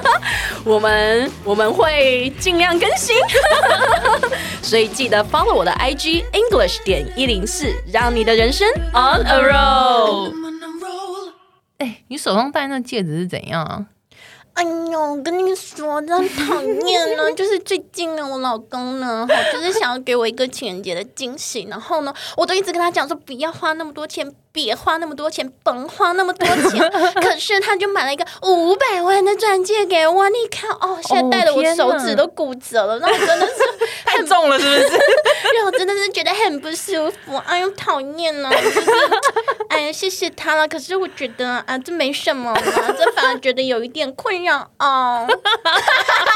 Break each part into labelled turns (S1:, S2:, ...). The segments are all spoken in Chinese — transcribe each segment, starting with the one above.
S1: 我们我们会尽量更新， 所以记得 follow 我的 IG English 点一零四，让你的人生 on a roll。
S2: I'm on a roll.
S3: 哎、你手上戴那戒指是怎样啊？
S4: 哎呦，我跟你说，真讨厌呢。就是最近呢，我老公呢，哈，就是想要给我一个情人节的惊喜，然后呢，我都一直跟他讲说，不要花那么多钱，别花那么多钱，甭花那么多钱。可是他就买了一个五百万的钻戒给我，你看，哦，现在戴的我
S3: 天哪
S4: 手指都骨折了，让我真的是，
S3: 太重了是 不是？
S4: 让我真的是觉得很不舒服。哎呦，讨厌呢，就是，哎呀，谢谢他了。可是我觉得啊，这没什么啦，这反而觉得有一点困扰哦。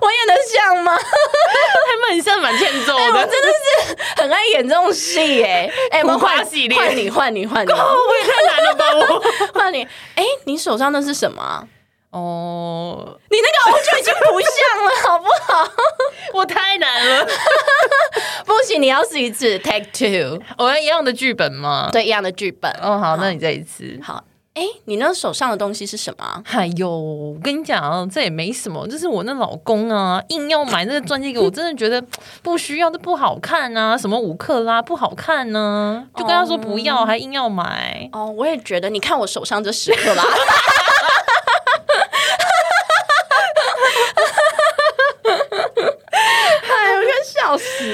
S1: 我演的像吗？
S3: 他们像蛮欠揍的，
S1: 我真的是很爱演这种戏耶、哎、我们
S3: 花
S1: 换
S3: 系列
S1: 换你，换你，换你，
S3: 我也太难了吧我。
S1: 换你。哎、你手上那是什么啊？
S3: 哦，
S1: 你那个 O 就已经不像了，好不好？
S3: 我太难了。
S1: 不行，你要试一次，Take Two，
S3: 我要一样的剧本吗？
S1: 对一样的剧本。
S3: 哦，好，那你再一次。
S1: 好，哎、你那手上的东西是什么啊？
S3: 哎呦，我跟你讲，啊这也没什么，就是我那老公啊，硬要买那个钻戒给我，真的觉得不需要，这不好看啊，什么五克拉不好看呢、就跟他说不要，还硬要买。
S1: 哦，我也觉得，你看我手上这十克拉。 哎，我快笑死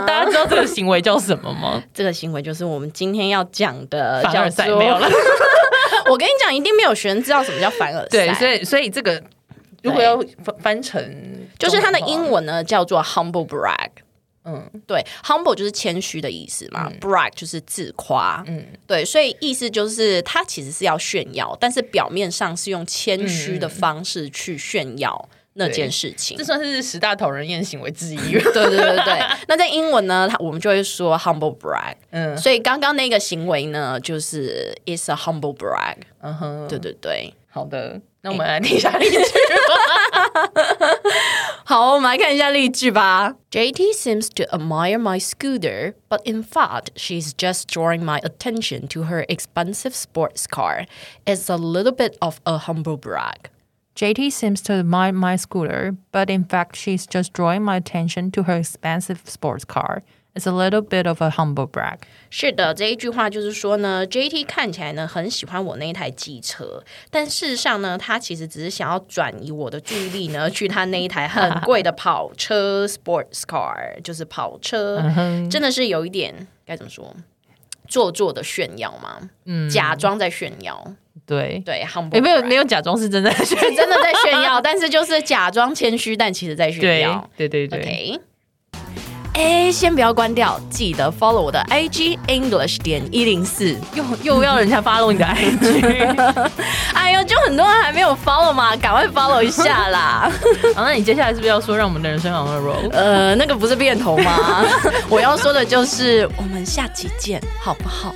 S1: 了！
S3: 大家知道这个行为叫什么吗？
S1: 这个行为就是我们今天要讲的，
S3: 凡尔赛
S1: 叫做
S3: 没有了。。
S1: 我跟你讲，一定没有学生知道什么叫凡尔赛。
S3: 对，所以所以这个如果要翻翻成，
S1: 就是它的英，文呢叫做 humble brag。
S3: 嗯
S1: 对，humble 就是谦虚的意思嘛、b r a g 就是自夸。
S3: 嗯，
S1: 对，所以意思就是他其实是要炫耀，但是表面上是用谦虚的方式去炫耀那件事情
S3: 这。算是十大讨人厌行为之一。
S1: 对对对对，那在英文呢，它我们就会说 humble brag。
S3: 嗯
S1: 所以刚刚那个行为呢，就是 is a humble brag。
S3: 嗯哼，
S1: 对对对，
S3: 好的，那我们来听一下例 句。
S1: 好，我们来看一下例句吧。JT seems to admire my scooter, but in fact, she's just drawing my attention to her expensive sports car. It's a little bit of a humble brag.
S5: JT seems to admire my scooter, but in fact, she's just drawing my attention to her expensive sports car. It's a little bit of a humble brag.
S1: 是的，这一句话就是说呢，JT 看起来呢很喜欢我那一台机车，但事实上呢，他其实只是想要转移我的注意力呢，去他那一台 很贵的跑车 sports car，就是跑车，
S3: 嗯
S1: 真的是有一点该怎么说，做作的炫耀嘛，假装在炫耀，
S3: 对，
S1: 对，humble
S3: 嗯也没有
S1: brag
S3: 没有假装 是真的学
S1: 是 真的在炫耀，但是就是假装谦虚，但其实在炫耀。
S3: 对对
S1: OK。哎，先不要关掉，记得 follow 我的 IG English 点一零四。
S3: 又又要人家发动你的 IG。
S1: 哎呦，就很多人还没有 follow 嘛，赶快 follow 一下 啦。
S3: 好，那你接下来是不是要说让我们的人生好好 roll？
S1: 呃，那个不是变头 吗？我要说的就是，我们下期见，好不好？